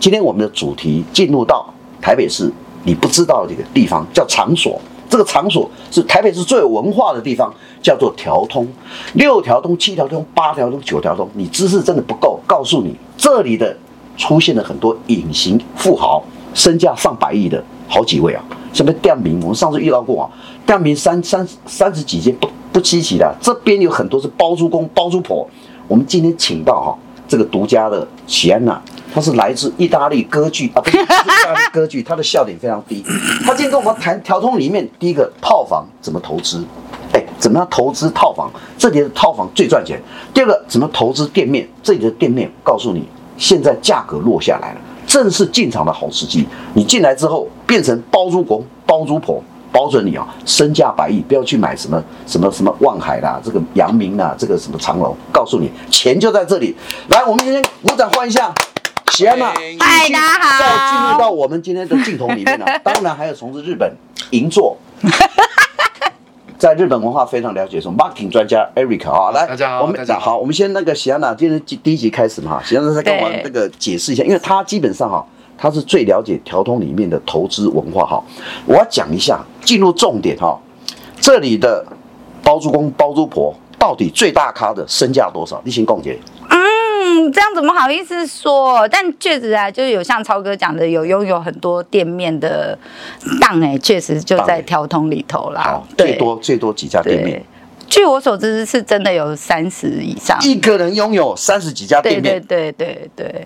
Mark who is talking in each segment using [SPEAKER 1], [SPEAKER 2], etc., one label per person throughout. [SPEAKER 1] 今天我们的主题进入到台北市你不知道的这个地方，叫场所。这个场所是台北市最有文化的地方，叫做条通，六条通、七条通、八条通、九条通。你知识真的不够，告诉你这里的出现了很多隐形富豪，身价上百亿的好几位啊，什么店名，我们上次遇到过啊，店名三三三十几间不不稀奇的啊、这边有很多是包租公、包租婆。我们今天请到哈、这个独家的喜安娜，她是来自意大利歌剧啊，不是意大利歌剧，她的笑点非常低。她今天跟我们谈调通里面第一个套房怎么投资，哎，怎么样投资套房？这里的套房最赚钱。第二个，怎么投资店面？这里的店面告诉你，现在价格落下来了，正是进场的好时机。你进来之后变成包租公、包租婆。保准你啊，身价百亿，不要去买什么什么什么望海啦，这个阳明啦，这个什么长隆，告诉你，钱就在这里。来，我们今天鼓掌欢迎一下，喜安嘛，
[SPEAKER 2] 欢迎
[SPEAKER 1] 继续
[SPEAKER 3] 大家好
[SPEAKER 1] 再进入到我们今天的镜头里面了、当然还有从事日本银 座，在日本文化非常了解，说 marketing 专家 Eric 啊，来，
[SPEAKER 2] 大家好
[SPEAKER 1] 我们
[SPEAKER 2] 大家好
[SPEAKER 1] 好，我们先那个喜安娜，今天第一集开始嘛，哈喜安娜再跟我们
[SPEAKER 3] 对
[SPEAKER 1] 那个解释一下，因为她基本上哈，她是最了解调通里面的投资文化哈。我要讲一下，进入重点哈，这里的包租公、包租婆到底最大咖的身价多少？立新共姐，
[SPEAKER 3] 嗯，这样怎么好意思说？但确实啊，就是有像超哥讲的，有拥有很多店面的档哎、确实就在调通里头啦
[SPEAKER 1] 欸好。，
[SPEAKER 3] 对
[SPEAKER 1] 最多最多几家店面
[SPEAKER 3] 对，，据我所知是真的有三十以上。
[SPEAKER 1] 一个人拥有三十几家店
[SPEAKER 3] 对啊对
[SPEAKER 1] 面，
[SPEAKER 3] 对对对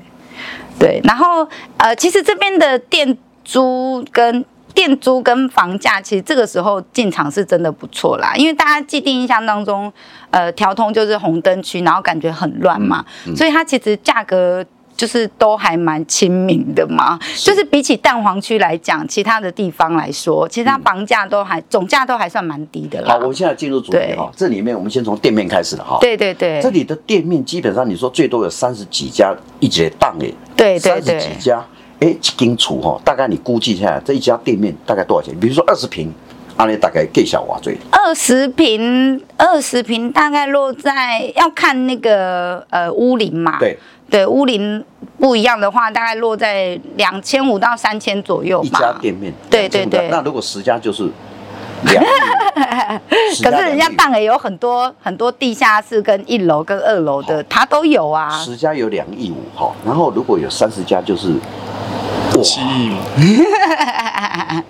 [SPEAKER 3] 对。然后呃，其实这边的店租跟店租跟房价，其实这个时候进场是真的不错啦，因为大家既定印象当中，呃，调通就是红灯区，然后感觉很乱嘛，
[SPEAKER 1] 嗯
[SPEAKER 3] 所以它其实价格。就是都还蛮亲民的嘛，就是比起蛋黄区来讲，其他的地方来说，其实它房价都还、总价都还算蛮低的啦。
[SPEAKER 1] 嗯好，我们现在进入主题
[SPEAKER 3] 对
[SPEAKER 1] 哈，这里面我们先从店面开始了哈。
[SPEAKER 3] 对对对，
[SPEAKER 1] 这里的店面基本上你说最多有三十几家一节档诶，
[SPEAKER 3] 对对
[SPEAKER 1] 三十
[SPEAKER 3] 对
[SPEAKER 1] 几家，哎，一间厝哈，大概你估计一下这一家店面大概多少钱？比如说二十平，阿你大概给小瓦最
[SPEAKER 3] 二十平，二十平大概落在要看那个呃屋龄嘛，
[SPEAKER 1] 对，
[SPEAKER 3] 对，屋龄不一样的话，大概落在两千五到三千左右
[SPEAKER 1] 一
[SPEAKER 3] 嘛。
[SPEAKER 1] 家店面，
[SPEAKER 3] 对对
[SPEAKER 1] 两千五百
[SPEAKER 3] 对
[SPEAKER 1] 那如果十家就是两亿，十
[SPEAKER 3] 可
[SPEAKER 1] 家
[SPEAKER 3] 是人家
[SPEAKER 1] 两亿
[SPEAKER 3] 档也有很多很多地下室跟一楼跟二楼
[SPEAKER 1] 哦
[SPEAKER 3] 的，它都有啊。
[SPEAKER 1] 十家有两亿五哈，然后如果有三十家就是
[SPEAKER 2] 七
[SPEAKER 1] 哇，
[SPEAKER 2] 亿五，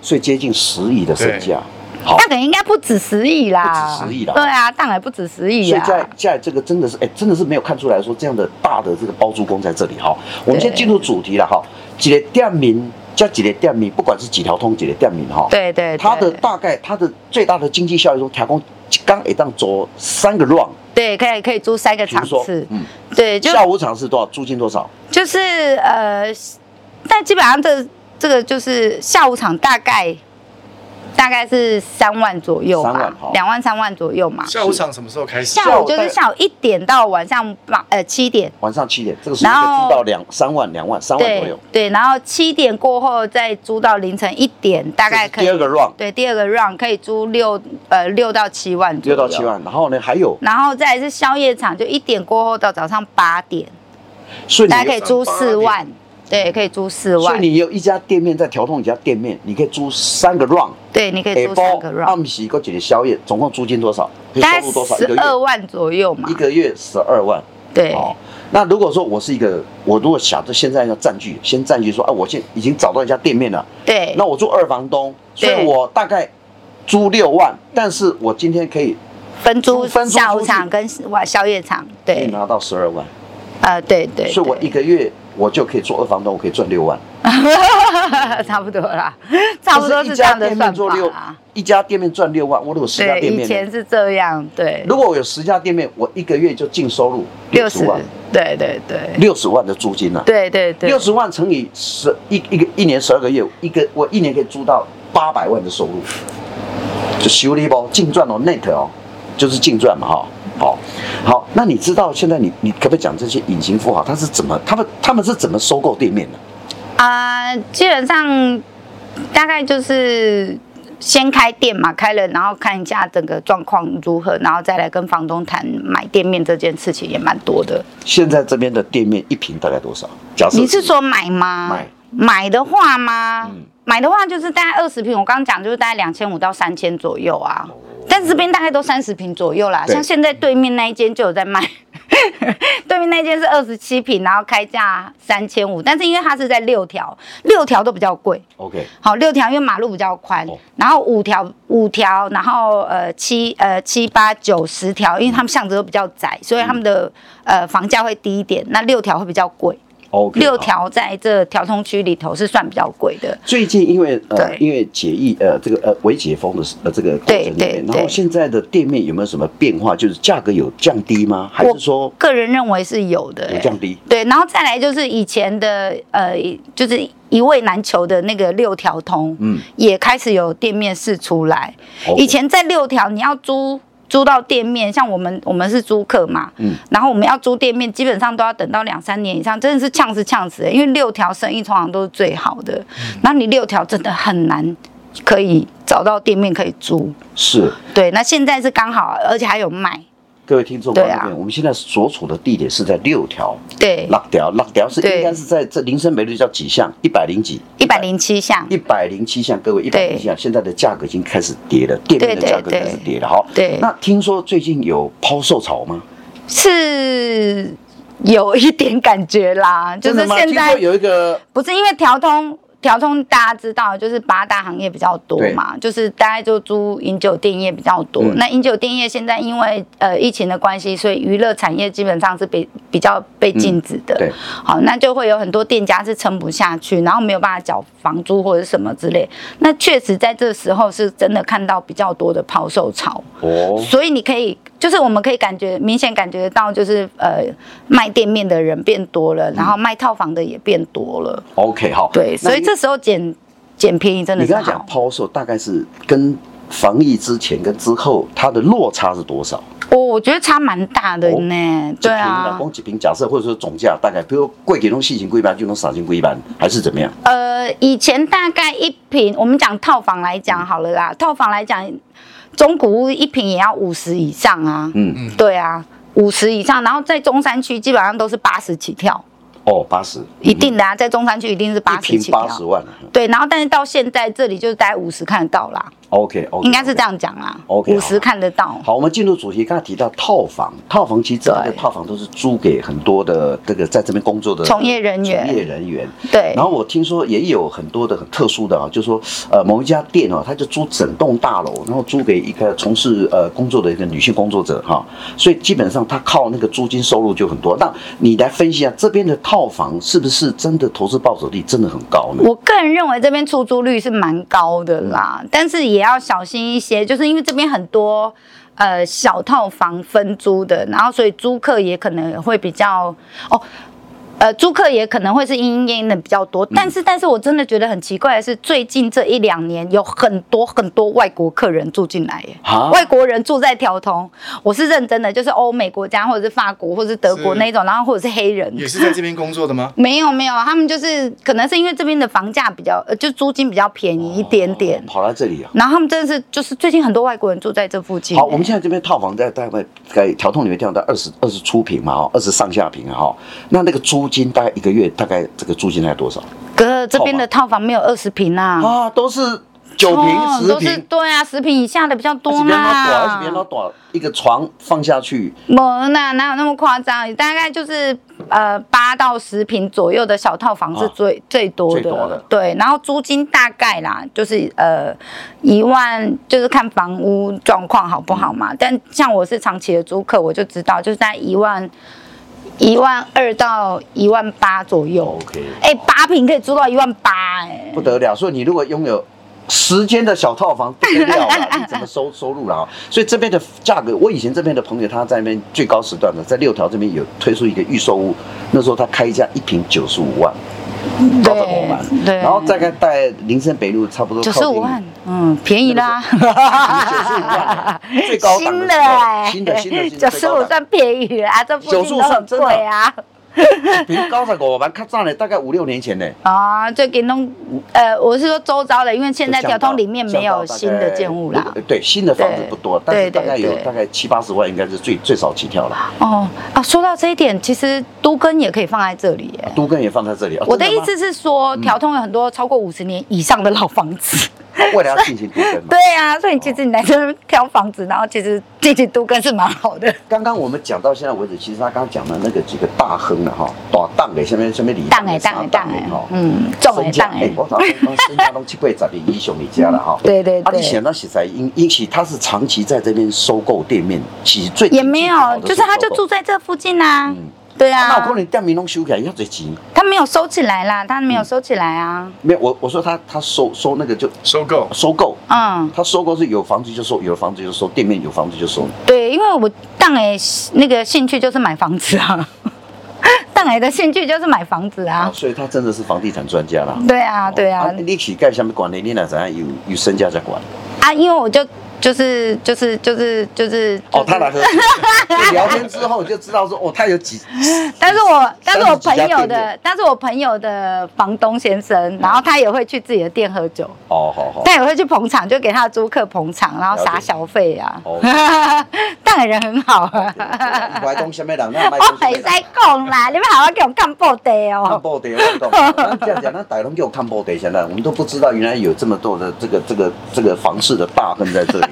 [SPEAKER 1] 最接近十亿的身价。好，
[SPEAKER 3] 档也应该不止十亿啦，
[SPEAKER 1] 不止10亿啦
[SPEAKER 3] 对啊，档也不止十亿
[SPEAKER 1] 所以
[SPEAKER 3] 啊。
[SPEAKER 1] 在在这个真的是哎、真的是没有看出来说这样的大的这个包租公在这里哈。我们
[SPEAKER 3] 对
[SPEAKER 1] 先进入主题了哈，几个店名加几个店名，不管是几条通几个店名哈，
[SPEAKER 3] 对对对，
[SPEAKER 1] 它的大概它的最大的经济效益中，调工刚一当走三个 round，
[SPEAKER 3] 对可以可以租三个
[SPEAKER 1] 比
[SPEAKER 3] 场
[SPEAKER 1] 如说
[SPEAKER 3] 次，
[SPEAKER 1] 嗯，
[SPEAKER 3] 对，就
[SPEAKER 1] 下午场是多少，租金多少？
[SPEAKER 3] 就是呃，但基本上这这个就是下午场大概大概是三万左右
[SPEAKER 1] 3万
[SPEAKER 3] 吧
[SPEAKER 1] 好，
[SPEAKER 3] 两万三万左右嘛。
[SPEAKER 2] 下午场什么时候开始？
[SPEAKER 3] 下
[SPEAKER 1] 下
[SPEAKER 3] 午就
[SPEAKER 1] 午大概
[SPEAKER 3] 是下午一点到晚上八呃七点，
[SPEAKER 1] 晚上七点，这个时间
[SPEAKER 3] 然后
[SPEAKER 1] 租到两三万、两万、三万左
[SPEAKER 3] 对
[SPEAKER 1] 右，
[SPEAKER 3] 对，然后七点过后再租到凌晨一点，大概
[SPEAKER 1] 这
[SPEAKER 3] 可
[SPEAKER 1] 是
[SPEAKER 3] 以
[SPEAKER 1] 第二个 round
[SPEAKER 3] 对第二个 round 可以租六呃六到七万左
[SPEAKER 1] 六
[SPEAKER 3] 右
[SPEAKER 1] 到七，万，然后呢还有，
[SPEAKER 3] 然后再来是宵夜场，就一点过后到早上八点，
[SPEAKER 1] 所以
[SPEAKER 3] 大
[SPEAKER 1] 你
[SPEAKER 3] 家可以
[SPEAKER 1] 有
[SPEAKER 3] 租四
[SPEAKER 2] 八
[SPEAKER 3] 万，对，可以租四
[SPEAKER 1] 所以
[SPEAKER 3] 万，
[SPEAKER 1] 你有一家店面在调通一家店面，你可以租三个 round。
[SPEAKER 3] 对，你可以租三个 round。
[SPEAKER 1] 暗喜个姐姐宵夜，总共租金多少？可以
[SPEAKER 3] 大概
[SPEAKER 1] 收入多少？一
[SPEAKER 3] 十
[SPEAKER 1] 个
[SPEAKER 3] 二
[SPEAKER 1] 月
[SPEAKER 3] 万左右嘛
[SPEAKER 1] 一。个月十二万。
[SPEAKER 3] 对，
[SPEAKER 1] 哦，那如果说我是一个，我如果想着现在要占据，先占据说啊，我现已经找到一家店面了，
[SPEAKER 3] 对
[SPEAKER 1] 那，我做二房东，所以
[SPEAKER 3] 对
[SPEAKER 1] 我大概租六万，但是我今天可以
[SPEAKER 3] 分租
[SPEAKER 1] 分租
[SPEAKER 3] 下午
[SPEAKER 1] 出去
[SPEAKER 3] 场跟晚宵夜场，
[SPEAKER 1] 可以
[SPEAKER 3] 对，
[SPEAKER 1] 拿到十二万，
[SPEAKER 3] 呃，对对，
[SPEAKER 1] 所以我一个月我就可以做二房东，我可以赚六万，
[SPEAKER 3] 对 差不多啦，差不
[SPEAKER 1] 就
[SPEAKER 3] 多
[SPEAKER 1] 是一
[SPEAKER 3] 这
[SPEAKER 1] 家
[SPEAKER 3] 样的
[SPEAKER 1] 店
[SPEAKER 3] 算
[SPEAKER 1] 面做
[SPEAKER 3] 法
[SPEAKER 1] 六
[SPEAKER 3] 啦。，
[SPEAKER 1] 一家店面赚六万，我如果十家
[SPEAKER 3] 对，
[SPEAKER 1] 店
[SPEAKER 3] 以
[SPEAKER 1] 面呢，
[SPEAKER 3] 前是这样，对，
[SPEAKER 1] 如果我有十家店面，我一个月就净收入
[SPEAKER 3] 六
[SPEAKER 1] 十
[SPEAKER 3] 十
[SPEAKER 1] 万，，
[SPEAKER 3] 对对对，
[SPEAKER 1] 六十万的租金呢、
[SPEAKER 3] 对对对，
[SPEAKER 1] 六十万乘以十一一个一年十二个月，一个我一年可以租到八百万的收入，就修理包净赚哦，net 哦，就是净赚嘛哈。好，好，那你知道现在你你可不可以讲这些隐形富豪他是怎么他们他们是怎么收购店面的？
[SPEAKER 3] 啊、基本上大概就是先开店嘛，开了然后看一下整个状况如何，然后再来跟房东谈买店面这件事情也蛮多的。
[SPEAKER 1] 现在这边的店面一平大概多少？假设
[SPEAKER 3] 你是说买吗？
[SPEAKER 1] 买
[SPEAKER 3] 买的话吗？
[SPEAKER 1] 嗯
[SPEAKER 3] 买的话就是大概二十平，我刚刚讲就是大概两千五到三千左右啊。但是这边大概都三十平左右啦，
[SPEAKER 1] 哦对
[SPEAKER 3] 像现在对面那一间就有在卖， 对面那一间是二十七平，然后开价三千五，但是因为它是在六条，六条都比较贵，
[SPEAKER 1] OK，
[SPEAKER 3] 好，六条因为马路比较宽，
[SPEAKER 1] 哦
[SPEAKER 3] 然后五条五条，然后呃七呃七八九十条，因为他们巷子都比较窄，所以他们的、
[SPEAKER 1] 嗯
[SPEAKER 3] 呃房价会低一点。那六条会比较贵，
[SPEAKER 1] OK，
[SPEAKER 3] 六
[SPEAKER 1] 好
[SPEAKER 3] 条在这条通区里头是算比较贵的。
[SPEAKER 1] 最近因为呃
[SPEAKER 3] 对，
[SPEAKER 1] 因为解疫呃这个呃未解封的呃这个过程里
[SPEAKER 3] 对
[SPEAKER 1] 面
[SPEAKER 3] 对，
[SPEAKER 1] 然后
[SPEAKER 3] 对
[SPEAKER 1] 现在的店面有没有什么变化？就是价格有降低吗？还是说
[SPEAKER 3] 个人认为是有的、
[SPEAKER 1] 有
[SPEAKER 3] 欸
[SPEAKER 1] 降低？
[SPEAKER 3] 对，然后再来就是以前的呃，就是一味难求的那个六条通，
[SPEAKER 1] 嗯，
[SPEAKER 3] 也开始有店面试出来。
[SPEAKER 1] 哦
[SPEAKER 3] 以前在六条，你要租租到店面，像我们我们是租客嘛，
[SPEAKER 1] 嗯，
[SPEAKER 3] 然后我们要租店面，基本上都要等到两三年以上，真的是呛死呛死的，欸因为六条生意通常都是最好的，
[SPEAKER 1] 嗯
[SPEAKER 3] 然后你六条真的很难可以找到店面可以租。
[SPEAKER 1] 是
[SPEAKER 3] 对，那现在是刚好，而且还有卖，
[SPEAKER 1] 各位听众
[SPEAKER 3] 对
[SPEAKER 1] 观
[SPEAKER 3] 啊
[SPEAKER 1] 众朋友，我们现在所处的地点是在六条
[SPEAKER 3] 对，
[SPEAKER 1] 六条六条是
[SPEAKER 3] 对
[SPEAKER 1] 应该是在这林森北路叫几巷？一百零几？
[SPEAKER 3] 一百零七项，
[SPEAKER 1] 一百零七项，各位一百
[SPEAKER 3] 对
[SPEAKER 1] 零七项，现在的价格已经开始跌了，店面的
[SPEAKER 3] 对对
[SPEAKER 1] 价格
[SPEAKER 3] 对
[SPEAKER 1] 开始跌了。好，
[SPEAKER 3] 对
[SPEAKER 1] 那听说最近有抛售潮吗？
[SPEAKER 3] 是有一点感觉啦，就
[SPEAKER 1] 真
[SPEAKER 3] 是
[SPEAKER 1] 的吗
[SPEAKER 3] 现
[SPEAKER 1] 听
[SPEAKER 3] 在
[SPEAKER 1] 说有一个
[SPEAKER 3] 不是因为调通。调通大家知道，就是八大行业比较多嘛，就是大概就租饮酒店业比较多。
[SPEAKER 1] 嗯
[SPEAKER 3] 那饮酒店业现在因为呃疫情的关系，所以娱乐产业基本上是被比较被禁止的。
[SPEAKER 1] 嗯对，
[SPEAKER 3] 好，那就会有很多店家是撑不下去，然后没有办法缴房租或者什么之类。那确实在这时候是真的看到比较多的抛售潮。
[SPEAKER 1] 哦，
[SPEAKER 3] 所以你可以，就是我们可以感觉明显感觉得到，就是呃，卖店面的人变多了，然后卖套房的也变多了，
[SPEAKER 1] OK，好，
[SPEAKER 3] 对，
[SPEAKER 1] 嗯那
[SPEAKER 3] 所以这时候捡捡便宜真的
[SPEAKER 1] 你
[SPEAKER 3] 是
[SPEAKER 1] 刚才
[SPEAKER 3] 好
[SPEAKER 1] 讲。抛售，大概是跟防疫之前跟之后它的落差是多少？
[SPEAKER 3] 我哦我觉得差蛮大的
[SPEAKER 1] 哦
[SPEAKER 3] 呢，
[SPEAKER 1] 几
[SPEAKER 3] 对
[SPEAKER 1] 瓶啊，
[SPEAKER 3] 啊，
[SPEAKER 1] 光几瓶，假设或者说总价大概，比如贵给东西情贵班就能撒进贵班，还是怎么样？
[SPEAKER 3] 呃，以前大概一平，我们讲套房来讲好了啦，套房来讲，中古屋一平也要五十以上啊，
[SPEAKER 1] 嗯，
[SPEAKER 3] 对啊，五十以上，然后在中山区基本上都是八十起跳，
[SPEAKER 1] 哦，八十，
[SPEAKER 3] 一定的啊，在中山区一定是八
[SPEAKER 1] 一
[SPEAKER 3] 十
[SPEAKER 1] 瓶
[SPEAKER 3] 起跳
[SPEAKER 1] 八。十万啊
[SPEAKER 3] 对，然后但是到现在这里就是大概五十看得到啦，
[SPEAKER 1] ，OK OK，
[SPEAKER 3] 应该是这。样讲啦，
[SPEAKER 1] OK，
[SPEAKER 3] 五
[SPEAKER 1] 好
[SPEAKER 3] 十看得到。
[SPEAKER 1] 好，我们进入主题。刚才提到套房，套房其实这
[SPEAKER 3] 对
[SPEAKER 1] 个套房都是租给很多的这个在这边工作的
[SPEAKER 3] 从业人员
[SPEAKER 1] 从业人员。
[SPEAKER 3] 对
[SPEAKER 1] 然，后我听说也有很多的很特殊的啊，就是说呃某一家店哦，他就租整栋大楼，然后租给一个从事呃工作的一个女性工作者哈、所以基本上他靠那个租金收入就很多。那你来分析一下这边的套房是不是真的投资报酬率真的很高呢？
[SPEAKER 3] 我个人认为这边出租率是蛮高的啦，但是也要小心一些，就是因为这边很多呃小套房分租的，然后所以租客也可能会比较哦。呃，租客也可能会是莺莺燕燕的比较
[SPEAKER 2] 嗯
[SPEAKER 3] 多，但是，但是我真的觉得很奇怪的是，最近这一两年有很多很多外国客人住进来耶，
[SPEAKER 1] 啊
[SPEAKER 3] 外国人住在条通，我是认真的，就是欧美国家或者是法国或者是德国
[SPEAKER 2] 是
[SPEAKER 3] 那种，然后或者是黑人，
[SPEAKER 2] 也是在这边工作的吗？
[SPEAKER 3] 没有没有，他们就是可能是因为这边的房价比较，呃，就租金比较便宜一点点。
[SPEAKER 1] 跑来这里啊。
[SPEAKER 3] 然后他们真的是就是最近很多外国人住在这附近。
[SPEAKER 1] 好，我们现在这边套房在大概在调控里面调到二十二十出平嘛，哈，二十上下平啊哈、那那个租金大概一个月大概这个租金大概多少
[SPEAKER 3] 哥这边的套房没有二十平啊，
[SPEAKER 1] 啊？都是九
[SPEAKER 3] 哦
[SPEAKER 1] 平十
[SPEAKER 3] 都是
[SPEAKER 1] 平，
[SPEAKER 3] 对啊，十平以下的比较多
[SPEAKER 1] 是别拉短，还
[SPEAKER 3] 嘛
[SPEAKER 1] 是别。拉短，一个床放下去，
[SPEAKER 3] 没那哪有那么夸张？大概就是呃八到十平左右的小套房是
[SPEAKER 1] 啊
[SPEAKER 3] 最、最多的，
[SPEAKER 1] 最多的
[SPEAKER 3] 对。然后租金大概啦，就是呃一万，就是看房屋状况好不好嘛。
[SPEAKER 1] 嗯
[SPEAKER 3] 但像我是长期的租客，我就知道就是在一万一万二到一万八左右。
[SPEAKER 1] OK
[SPEAKER 3] 哎、八平可以租到一万八、哎，
[SPEAKER 1] 不得了。所以你如果拥有时间的小套房，不得了了，你怎么收收入了啊？所以这边的价格，我以前这边的朋友他在那边最高时段的，在六条这边有推出一个预售屋，那时候他开价一平九十五万，高着我们，
[SPEAKER 3] 对对
[SPEAKER 1] 然后大概在林森北路差不多
[SPEAKER 3] 九
[SPEAKER 1] 靠
[SPEAKER 3] 十
[SPEAKER 1] 近
[SPEAKER 3] 五万，嗯，便宜啦。
[SPEAKER 1] 最高档的时候
[SPEAKER 3] 新的哎、
[SPEAKER 1] 嗯新的新的新的
[SPEAKER 3] 九十
[SPEAKER 1] 最高
[SPEAKER 3] 五
[SPEAKER 1] 档
[SPEAKER 3] 算便宜啦，这附
[SPEAKER 1] 九十
[SPEAKER 3] 近都
[SPEAKER 1] 五算
[SPEAKER 3] 很
[SPEAKER 1] 真的
[SPEAKER 3] 贵啊。
[SPEAKER 1] 平高才五万，较早呢，大概五六年前呢。
[SPEAKER 3] 啊，最近弄呃，我是说周遭的，因为现在条通里面没有新的建物啦
[SPEAKER 1] 如。呃对，新的房子不多，但
[SPEAKER 3] 对
[SPEAKER 1] 是大概
[SPEAKER 3] 对
[SPEAKER 1] 有
[SPEAKER 3] 对
[SPEAKER 1] 大概七八十万，应该是最最少起跳了。
[SPEAKER 3] 哦啊，说到这一点，其实都根也可以放在这里耶。
[SPEAKER 1] 都更也放在这里。哦
[SPEAKER 3] 哎我的
[SPEAKER 1] 真
[SPEAKER 3] 意
[SPEAKER 1] 吗嗯
[SPEAKER 3] 思是说，条通有很多超过五十年以上的老房子。
[SPEAKER 1] 为了要进行都更嘛。
[SPEAKER 3] 对啊，所以其实你来这边挑房子，然后其实进去都根是蛮好的。
[SPEAKER 1] 刚刚我们讲到现在为止，其实他刚刚讲的那个几个大亨了啊哈，大档的下面下面里
[SPEAKER 3] 当哎当哎当哎，嗯，重
[SPEAKER 1] 身
[SPEAKER 3] 哎当
[SPEAKER 1] 价
[SPEAKER 3] 哎
[SPEAKER 1] 哎，，我早 上身价都七八十年以上你家了哈。
[SPEAKER 3] 嗯对对
[SPEAKER 1] 啊，你
[SPEAKER 3] 对。
[SPEAKER 1] 显然实在因因其他是长期在这边收购店面，其最
[SPEAKER 3] 也没有，就是他就住
[SPEAKER 1] 住。
[SPEAKER 3] 在这附近啊。
[SPEAKER 1] 嗯
[SPEAKER 3] 对
[SPEAKER 1] 那我
[SPEAKER 3] 啊
[SPEAKER 1] 可，能店面拢收起来要多钱？
[SPEAKER 3] 他没有收起来啦，他没有收起来啊。
[SPEAKER 1] 没有，我我说他他收收那个就
[SPEAKER 2] 收购
[SPEAKER 1] 收购，
[SPEAKER 3] 嗯，
[SPEAKER 1] 他收购是有房子就收，有房子就收，店面有房子就收。
[SPEAKER 3] 对，因为我当哎那个兴趣就是买房子啊， 当哎的兴趣就是买房子
[SPEAKER 1] 啊
[SPEAKER 3] 啊，。
[SPEAKER 1] 所以他真的是房地产专家啦。
[SPEAKER 3] 对啊，对啊，
[SPEAKER 1] 哦你起盖下面管理，你哪怎样有有身价在 管？
[SPEAKER 3] 啊，因为我就就是就是就是就是
[SPEAKER 1] 哦，他来喝，聊天之后就知道说，哦，他有几
[SPEAKER 3] 但是我但是我朋
[SPEAKER 1] 三十
[SPEAKER 3] 友
[SPEAKER 1] 几家店
[SPEAKER 3] 的，但是我朋友的房东先生，然后他也会去自己的店喝酒，
[SPEAKER 1] 哦，好 好，
[SPEAKER 3] 他也会去捧场，就给他的租客捧场，然后
[SPEAKER 1] 了
[SPEAKER 3] 撒
[SPEAKER 1] 解
[SPEAKER 3] 小费啊
[SPEAKER 1] 哦。
[SPEAKER 3] 当然人很好啊。
[SPEAKER 1] 怀东什么人，那卖
[SPEAKER 3] 我袂使讲啦，你们好好叫我干部地
[SPEAKER 1] 看
[SPEAKER 3] 哦。
[SPEAKER 1] 布袋，我懂。那这样讲，那歹人给我看布袋，现在我们都不知道，原来有这么多的这个这个这个房市的大亨在这里。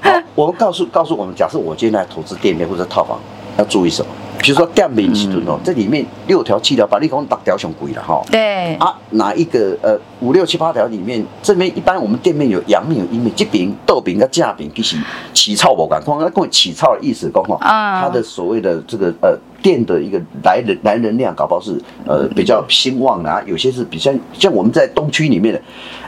[SPEAKER 1] 好，我们告诉告诉我们，假设我今天来投资店面或者套房，要注意什么？比如说店面时阵哦，这里面六条七条，把你讲六条上贵了哈。
[SPEAKER 3] 对，
[SPEAKER 1] 啊，哪一个呃五六七八条里面，这边一般我们店面有阳面有阴面，这饼豆饼跟架饼，其实起草我敢讲，那跟起草的意思讲哈，
[SPEAKER 3] 嗯
[SPEAKER 1] 它的所谓的这个呃店的一个来人来人量，搞不好是呃比较兴旺的啊，有些是比较像我们在东区里面的，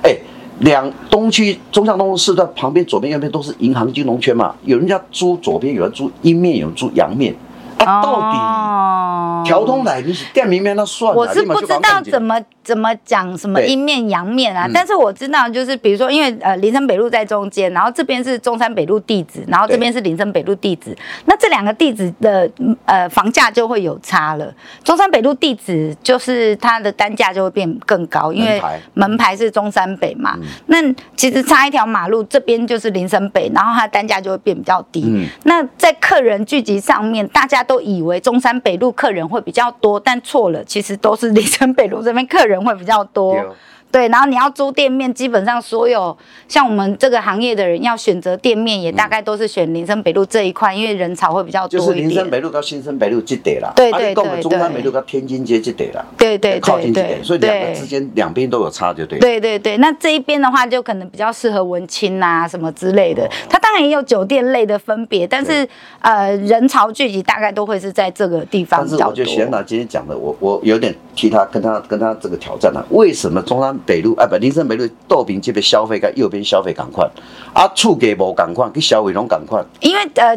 [SPEAKER 1] 哎。两东区中山东路四段旁边左边右边都是银行金融圈嘛，有人家租左边，有人租阴面，有人租阳面，啊，到底
[SPEAKER 3] 哦
[SPEAKER 1] 调通来你是店明面那算了，啊
[SPEAKER 3] 我是
[SPEAKER 1] 立马
[SPEAKER 3] 不
[SPEAKER 1] 就
[SPEAKER 3] 知
[SPEAKER 1] 把它
[SPEAKER 3] 道
[SPEAKER 1] 弄进来
[SPEAKER 3] 怎么怎么讲什么
[SPEAKER 1] 对
[SPEAKER 3] 阴面阳面啊
[SPEAKER 1] 嗯，
[SPEAKER 3] 但是我知道就是比如说，因为呃林森北路在中间，然后这边是中山北路地址，然后这
[SPEAKER 1] 对
[SPEAKER 3] 边是林森北路地址，那这两个地址的嗯呃房价就会有差了。中山北路地址就是它的单价就会变更高，因
[SPEAKER 1] 门
[SPEAKER 3] 为
[SPEAKER 1] 牌
[SPEAKER 3] 门牌是中山北嘛。
[SPEAKER 1] 嗯
[SPEAKER 3] 那其实差一条马路，这边就是林森北，然后它的单价就会变比较低。
[SPEAKER 1] 嗯
[SPEAKER 3] 那在客人聚集上面，大家都以为中山北路客人会比较多，但错了，其实都是林森北路这边客人会比较多。
[SPEAKER 1] 对哦
[SPEAKER 3] 对，然后你要租店面，基本上所有像我们这个行业的人要选择店面，也大概都是选林森北路这一块，因为人潮会比较
[SPEAKER 1] 嗯就是
[SPEAKER 3] 多一
[SPEAKER 1] 林森
[SPEAKER 3] 点。
[SPEAKER 1] 北路到新生北路这点啦，
[SPEAKER 3] 对
[SPEAKER 1] 啊
[SPEAKER 3] 对
[SPEAKER 1] 你讲的
[SPEAKER 3] 对
[SPEAKER 1] 中山
[SPEAKER 3] 对
[SPEAKER 1] 北路到天津街这点啦，
[SPEAKER 3] 对对
[SPEAKER 1] 靠
[SPEAKER 3] 对
[SPEAKER 1] 近这
[SPEAKER 3] 对
[SPEAKER 1] 点，，所以两个
[SPEAKER 3] 对
[SPEAKER 1] 之间两边都有差，就对。，
[SPEAKER 3] 对对对，那这一边的话，就可能比较适合文青啊什么之类的。
[SPEAKER 1] 哦
[SPEAKER 3] 它当然也有酒店类的分别，但是呃，人潮聚集大概都会是在这个地方
[SPEAKER 1] 但
[SPEAKER 3] 比
[SPEAKER 1] 是
[SPEAKER 3] 较
[SPEAKER 1] 我
[SPEAKER 3] 多。
[SPEAKER 1] 觉得贤娜今天讲的，我我有点替他跟他跟他这个挑战了、啊为什么中山北路啊不林森北路豆饼这边消费跟右边消费赶快，啊厝价无赶快，跟消费拢赶快，
[SPEAKER 3] 因为呃，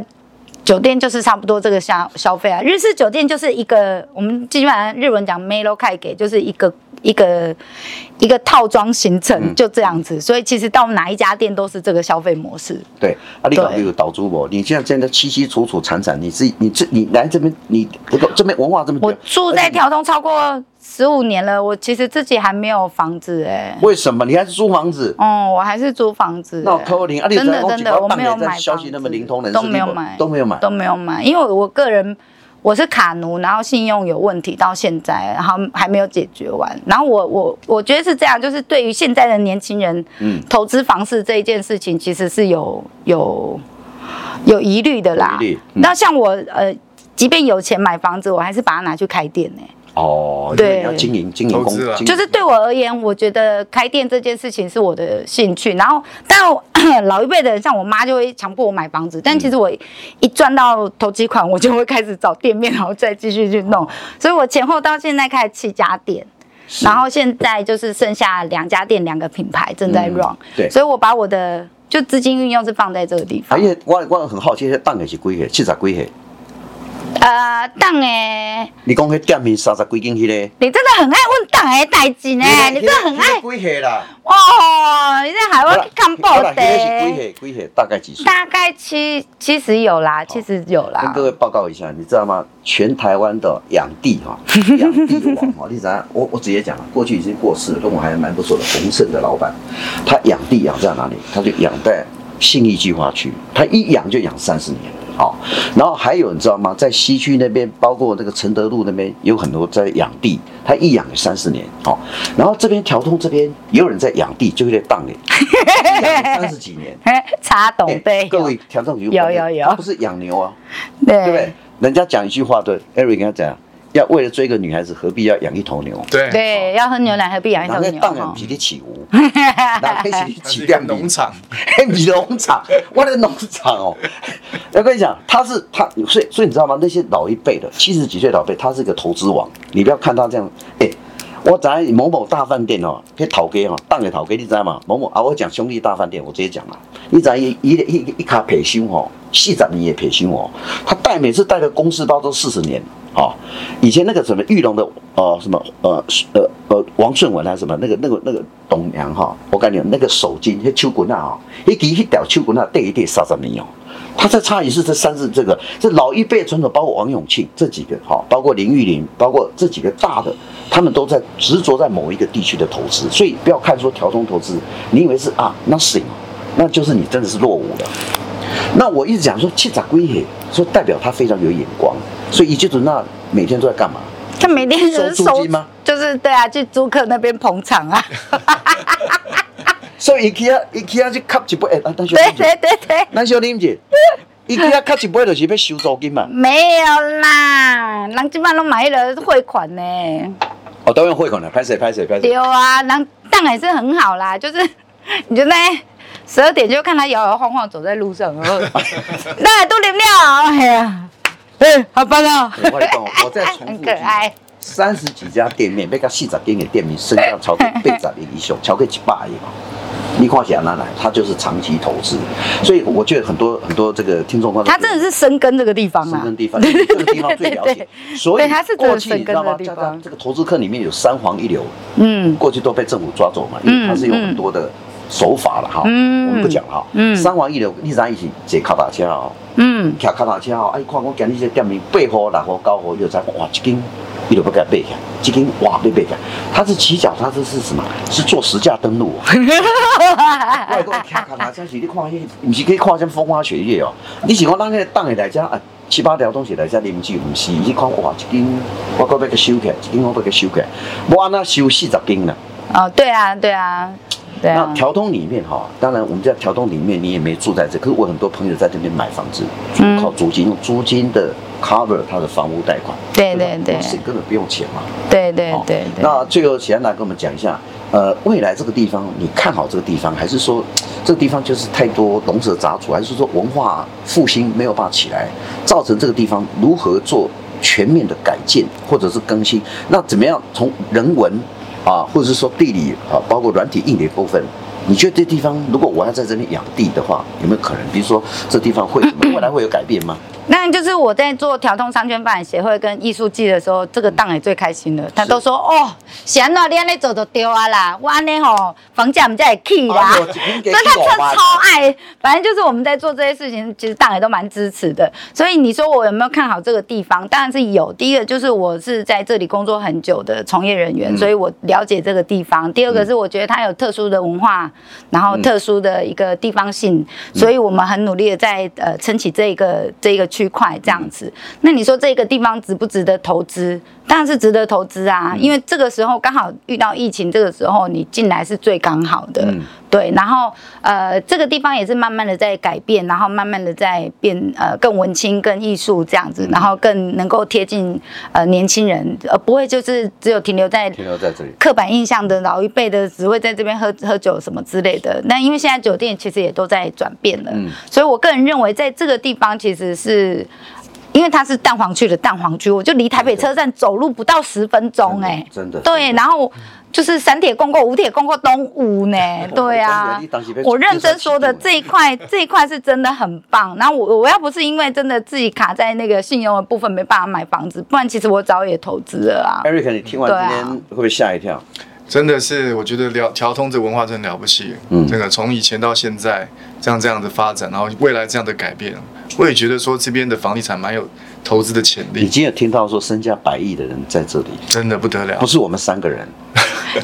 [SPEAKER 3] 酒店就是差不多这个消消费啊。日式酒店就是一个，我们基本上日文讲 melo 开给，就是一个一个一个套装行程
[SPEAKER 1] 嗯
[SPEAKER 3] 就这样子。所以其实到哪一家店都是这个消费模式。
[SPEAKER 1] 对，啊你搞
[SPEAKER 3] 对
[SPEAKER 1] 这个岛主我，你现在真的凄凄楚楚惨惨，你自己你这你来这边你这个这边文化这么
[SPEAKER 3] 我
[SPEAKER 1] 久，
[SPEAKER 3] 住在条通超过十五年了，我其实自己还没有房子哎、
[SPEAKER 1] 为什么你还是租房子？
[SPEAKER 3] 哦，我还是租房子、
[SPEAKER 1] 那我
[SPEAKER 3] 哎
[SPEAKER 1] 扣零，啊，你
[SPEAKER 3] 真
[SPEAKER 1] 知
[SPEAKER 3] 的
[SPEAKER 1] 道讲
[SPEAKER 3] 真
[SPEAKER 1] 一
[SPEAKER 3] 的，
[SPEAKER 1] 般
[SPEAKER 3] 我
[SPEAKER 1] 半
[SPEAKER 3] 没有
[SPEAKER 1] 年在
[SPEAKER 3] 买
[SPEAKER 1] 消
[SPEAKER 3] 房
[SPEAKER 1] 息
[SPEAKER 3] 子
[SPEAKER 1] 那么灵通人士
[SPEAKER 3] 都没有
[SPEAKER 1] 你
[SPEAKER 3] 买，
[SPEAKER 1] 都没有买
[SPEAKER 3] 都没有买，因为我个人我是卡奴，然后信用有问题，到现在然后还没有解决完。然后我我我觉得是这样，就是对于现在的年轻人，
[SPEAKER 1] 嗯
[SPEAKER 3] 投资房市这一件事情，其实是有有有疑虑的啦
[SPEAKER 1] 有疑虑。嗯
[SPEAKER 3] 那像我呃，即便有钱买房子，我还是把它拿去开店欸呢、
[SPEAKER 1] 哦，
[SPEAKER 3] 对
[SPEAKER 1] 因为你要经营经营
[SPEAKER 2] 投
[SPEAKER 1] 公
[SPEAKER 2] 资啊
[SPEAKER 1] 经营
[SPEAKER 3] 就是对我而言，我觉得开店这件事情是我的兴趣。然后，但我 老一辈的人，像我妈就会强迫我买房子，
[SPEAKER 1] 嗯
[SPEAKER 3] 但其实我一赚到投机款，我就会开始找店面，然后再继续去弄。所以我前后到现在开了七家店。
[SPEAKER 1] 是
[SPEAKER 3] 然后现在就是剩下两家店、两个品牌正在
[SPEAKER 1] 嗯
[SPEAKER 3] run，、
[SPEAKER 1] 对
[SPEAKER 3] 所以我把我的就资金运用是放在这个地
[SPEAKER 1] 啊，
[SPEAKER 3] 方
[SPEAKER 1] 因。为我我很好奇，那蛋给是几岁？七十几岁？
[SPEAKER 3] 呃，当诶，
[SPEAKER 1] 你讲迄店面三十几间迄个，
[SPEAKER 3] 你真的很爱问当诶代志呢，你真的很爱
[SPEAKER 1] 那个几岁啦？
[SPEAKER 3] 哦，你这还
[SPEAKER 1] 好
[SPEAKER 3] 会
[SPEAKER 1] 啦
[SPEAKER 3] 去看
[SPEAKER 1] 好
[SPEAKER 3] 报
[SPEAKER 1] 啦那个是几
[SPEAKER 3] 的。
[SPEAKER 1] 岁？几岁？大概几岁？
[SPEAKER 3] 大概七七十有啦，七十有
[SPEAKER 1] 跟
[SPEAKER 3] 啦
[SPEAKER 1] 各。位报告一下，你知道吗？全台湾的养地 哈，养地王哈，你知道？我我直接讲了，过去已经过世了，跟我还蛮不错的洪盛的老板，他养地养在哪里？他就养在信义计划区，他一养就养三十年。好，然后还有你知道吗？在西区那边，包括那个承德路那边，有很多在养地，他一养就三十年。好，然后这边调通这边也有人在养地，就有点当 年，三十几年。
[SPEAKER 3] 查懂
[SPEAKER 1] 哎
[SPEAKER 3] 对，
[SPEAKER 1] 各位调通
[SPEAKER 3] 有有有
[SPEAKER 1] 他不是养牛啊，对不对
[SPEAKER 3] 对？
[SPEAKER 1] 人家讲一句话对，Eric 跟他讲，要为了追个女孩子，何必要养一头牛？
[SPEAKER 2] 对，
[SPEAKER 3] 对，要喝牛奶何必养一头
[SPEAKER 1] 那
[SPEAKER 3] 牛？
[SPEAKER 1] 当然
[SPEAKER 3] 哦
[SPEAKER 1] 不是你起屋，哪 可以
[SPEAKER 2] 它是
[SPEAKER 1] 起
[SPEAKER 2] 一个
[SPEAKER 1] 量
[SPEAKER 2] 农场，
[SPEAKER 1] 你农场，我的农场哦。我跟你讲，他是他，所以所以你知道吗？那些老一辈的七十几岁老辈，他是个投资王。你不要看他这样，哎、我在某某大饭店哦，去讨给哦，当给讨给，你知道吗？某某啊，我讲兄弟大饭店，我直接讲了，你知道一一一一卡培训哦，细长你也培训哦，他带每次带的公司包都四十年。哦，以前那个什么玉龙的呃什么呃呃呃王顺文还是什么那个那个那个董娘哈、我感觉那个手巾那秋滚啊哦，一给一屌秋滚啊，对一对啥啥没有。他在差异是这三是这个，这老一辈传统，包括王永庆这几个哈、包括林玉玲，包括这几个大的，他们都在执着在某一个地区的投资，所以不要看说调通投资，你以为是啊 nothing，那就是你真的是落伍了。那我一直讲说七仔归也，说代表他非常有眼光，所以一季度那每天都在干嘛？
[SPEAKER 3] 他每天就是
[SPEAKER 1] 收租金吗？
[SPEAKER 3] 就是对啊，去租客那边捧 场啊。
[SPEAKER 1] 所以伊起啊，伊起啊去吸一杯，哎、啊，咱小
[SPEAKER 3] 对
[SPEAKER 1] 林姐，
[SPEAKER 3] 对对对，
[SPEAKER 1] 咱小林姐，伊起啊吸一杯就是要收租金 嘛。
[SPEAKER 3] 没有啦，人即摆拢买了汇款呢。
[SPEAKER 1] 哦，当然汇款了，拍谁拍谁拍谁
[SPEAKER 3] 对。啊，人当然是很好啦，就是 你就在十二点就看他摇摇晃晃走在路 上，然后那都领了，哎呀，哎，好棒哦
[SPEAKER 1] 我跟你讲，我再重复一
[SPEAKER 3] 很
[SPEAKER 1] 句
[SPEAKER 3] 可，爱。
[SPEAKER 1] 三十几家店面，要到四十间的店面，身价超过八十亿以上，超过一百亿嘛。你看起来哪来？他就是长期投资，所以我觉得很多很多这个听众观众，
[SPEAKER 3] 他真的是深耕这个地方
[SPEAKER 1] 深
[SPEAKER 3] 啊，
[SPEAKER 1] 耕地方，因为这个地方最了
[SPEAKER 3] 对
[SPEAKER 1] 解
[SPEAKER 3] 对。
[SPEAKER 1] 所以
[SPEAKER 3] 对它是真的
[SPEAKER 1] 过去你知道吗？
[SPEAKER 3] 深
[SPEAKER 1] 大
[SPEAKER 3] 耕的地
[SPEAKER 1] 家
[SPEAKER 3] 方
[SPEAKER 1] 这个投资客里面有三黄一流，
[SPEAKER 3] 嗯，
[SPEAKER 1] 过去都被政府抓走嘛，因为它是有很多的手法了哈。
[SPEAKER 3] 嗯
[SPEAKER 1] 我们不讲了哈。
[SPEAKER 3] 嗯
[SPEAKER 1] 三黄一流，你知道一起坐卡踏车哦，
[SPEAKER 3] 嗯，
[SPEAKER 1] 骑卡踏车哦，哎，看我今日这店面八号、六号、九号，你就知道哇，这间你就不该背起来，这间哇被背起来。他是骑脚踏车是什么？是做实价登录、哦。我讲骑脚踏车是你看迄，不是去看什么风花雪月哦，你是讲咱迄个档的来遮啊，七八条东西来遮啉酒，毋是？你看哇，一斤我搁要去收起来，一斤我要去收起来，我安那收四十斤啦。
[SPEAKER 3] 哦，对啊，对啊，对
[SPEAKER 1] 那
[SPEAKER 3] 啊，
[SPEAKER 1] 条通里面哈，当然我们在条通里面你也没住在这，可是我很多朋友在这边买房子，就
[SPEAKER 3] 嗯
[SPEAKER 1] 靠租金，用租金的 cover 他的房屋贷款。
[SPEAKER 3] 对对对
[SPEAKER 1] 是根本不用钱嘛。
[SPEAKER 3] 对对
[SPEAKER 1] 哦
[SPEAKER 3] 对对，
[SPEAKER 1] 那最后，齐安娜跟我们讲一下，呃，未来这个地方，你看好这个地方，还是说这个地方就是太多龙蛇杂处，还是说文化复兴没有办法起来，造成这个地方如何做全面的改建或者是更新？那怎么样从人文啊，或者是说地理啊，包括软体硬体部分？你觉得这地方，如果我要在这边养地的话，有没有可能？比如说，这地方会怎么未来会有改变吗？
[SPEAKER 3] 那就是我在做调通商圈发展协会跟艺术季的时候，这个档也最开心了。他都说哦，想到你安尼做就对啊啦，我安尼吼房价我们才会起啦。
[SPEAKER 1] 哎呦一瓶给
[SPEAKER 3] 所以他
[SPEAKER 1] 七五
[SPEAKER 3] 真的
[SPEAKER 1] 八
[SPEAKER 3] 超爱，反正就是我们在做这些事情，其实大家也都蛮支持的。所以你说我有没有看好这个地方？当然是有。第一个就是我是在这里工作很久的从业人员，
[SPEAKER 1] 嗯
[SPEAKER 3] 所以我了解这个地方。第二个是我觉得它有特殊的文化，然后
[SPEAKER 1] 嗯
[SPEAKER 3] 特殊的一个地方性，所以我们很努力的在呃撑起这一个这一个区块这样子。那你说这个地方值不值得投资？当然是值得投资
[SPEAKER 1] 嗯
[SPEAKER 3] 啊，因为这个时候刚好遇到疫情，这个时候你进来是最刚好的。
[SPEAKER 1] 嗯
[SPEAKER 3] 对，然后呃，这个地方也是慢慢的在改变，然后慢慢的在变呃更文青、更艺术这样
[SPEAKER 1] 嗯
[SPEAKER 3] 子，然后更能够贴近呃年轻人，呃不会就是只有停留在
[SPEAKER 1] 停留在这里。
[SPEAKER 3] 刻板印象的老一辈的只会在这边喝喝酒什么之类的。那因为现在酒店其实也都在转变了，
[SPEAKER 1] 嗯
[SPEAKER 3] 所以我个人认为在这个地方其实是。因为它是蛋黄区的蛋黄区，我就离台北车站走路不到十分钟、哎，
[SPEAKER 1] 真的真的，
[SPEAKER 3] 对，然后就是三铁共构、五铁共构东五呢对啊
[SPEAKER 1] 你当时要，
[SPEAKER 3] 我认真说的
[SPEAKER 1] 介绍
[SPEAKER 3] 这一 块这一块是真的很棒。然后我我要不是因为真的自己卡在那个信用的部分没办法买房子，不然其实我早也投资了啊。
[SPEAKER 1] Eric，你听完
[SPEAKER 3] 对啊
[SPEAKER 1] 今天会不会吓一跳？
[SPEAKER 2] 真的是，我觉得聊调通这文化真的了不起。
[SPEAKER 1] 嗯
[SPEAKER 2] 这个从以前到现在，这样这样的发展，然后未来这样的改变，我也觉得说这边的房地产蛮有投资的潜
[SPEAKER 1] 已
[SPEAKER 2] 力，
[SPEAKER 1] 经有听到说身价百亿的人在这里，
[SPEAKER 2] 真的不得了
[SPEAKER 1] 不。是我们三个人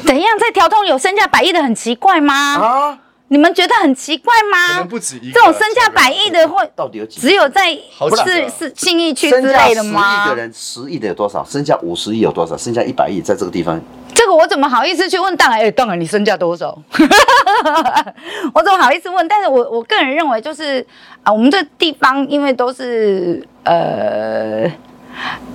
[SPEAKER 3] 怎样在调通有身价百亿的很奇怪吗？
[SPEAKER 1] 啊？
[SPEAKER 3] 你们觉得很奇怪
[SPEAKER 2] 可
[SPEAKER 3] 吗
[SPEAKER 2] 能？不止一个
[SPEAKER 3] 这种身价百亿的会
[SPEAKER 1] 到底有几？
[SPEAKER 3] 只有在
[SPEAKER 2] 好几个
[SPEAKER 3] 是是信义区之
[SPEAKER 1] 身价
[SPEAKER 3] 类的
[SPEAKER 1] 十亿
[SPEAKER 3] 吗
[SPEAKER 1] 的？人，十亿的有多少？身价五十亿有多少？身价一百亿，在这个地方
[SPEAKER 3] 这个我怎么好意思去问当然，哎，当然你身价多少？ 我怎么好意思问？但是我我个人认为就是啊，我们这地方因为都是呃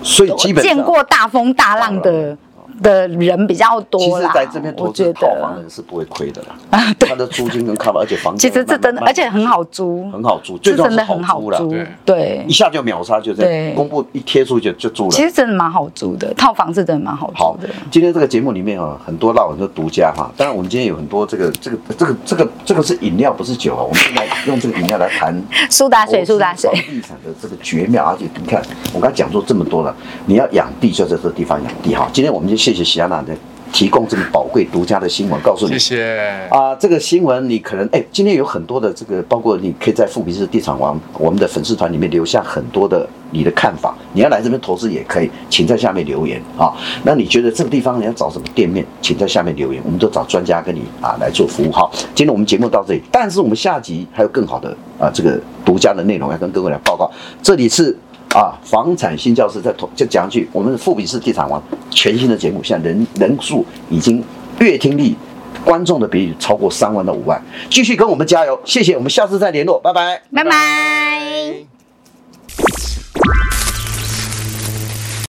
[SPEAKER 1] 所以基本上
[SPEAKER 3] 见过大风大浪的的人比较
[SPEAKER 1] 其
[SPEAKER 3] 多
[SPEAKER 1] 实
[SPEAKER 3] 啦。
[SPEAKER 1] 在这边投
[SPEAKER 3] 我
[SPEAKER 1] 资
[SPEAKER 3] 觉
[SPEAKER 1] 套房的
[SPEAKER 3] 得
[SPEAKER 1] 人是不会亏的啦。
[SPEAKER 3] 啊，对
[SPEAKER 1] 他，的租金跟 cover，而且房价
[SPEAKER 3] 其实这
[SPEAKER 1] 慢慢
[SPEAKER 3] 真的，
[SPEAKER 1] 慢慢
[SPEAKER 3] 而且很好租，
[SPEAKER 1] 很好租，最
[SPEAKER 3] 是
[SPEAKER 1] 重要
[SPEAKER 3] 真
[SPEAKER 1] 是
[SPEAKER 3] 的很好
[SPEAKER 1] 租啦，
[SPEAKER 3] 租
[SPEAKER 2] 对，
[SPEAKER 3] 对
[SPEAKER 1] 一。下就秒杀，就这样
[SPEAKER 3] 对
[SPEAKER 1] 公布一贴出去就住了
[SPEAKER 3] 其。实真的蛮好租的，套房是真的蛮好
[SPEAKER 1] 好
[SPEAKER 3] 租的。，
[SPEAKER 1] 今天这个节目里面啊，很多老很多独家哈。当然，我们今天有很多这个这个这个这个这个是饮料，不是酒啊。我们现在用这个饮料来谈
[SPEAKER 3] 苏打水，苏打水
[SPEAKER 1] 投资。房地产的这个绝妙，而且你看，我刚才讲说这么多了，你要养地就在这个地方养地哈。今天我们就谢谢喜安娜的提供这么宝贵独家的新闻，告诉你
[SPEAKER 2] 谢谢。
[SPEAKER 1] 啊、这个新闻你可能哎，今天有很多的这个，包括你可以在富比士地产王我们的粉丝团里面留下很多的你的看法。你要来这边投资也可以，请在下面留言啊、那你觉得这个地方你要找什么店面，请在下面留言，我们都找专家跟你啊来做服务。好，今天我们节目到这里，但是我们下集还有更好的啊、这个独家的内容要跟各位来报告。这里是。啊，房产新教室在同就讲一句，我们的富比士地产王全新的节目，现在人人数已经阅听力观众的比例超过三万到五万，继续跟我们加油，谢谢，我们下次再联络，拜拜。
[SPEAKER 3] 拜拜。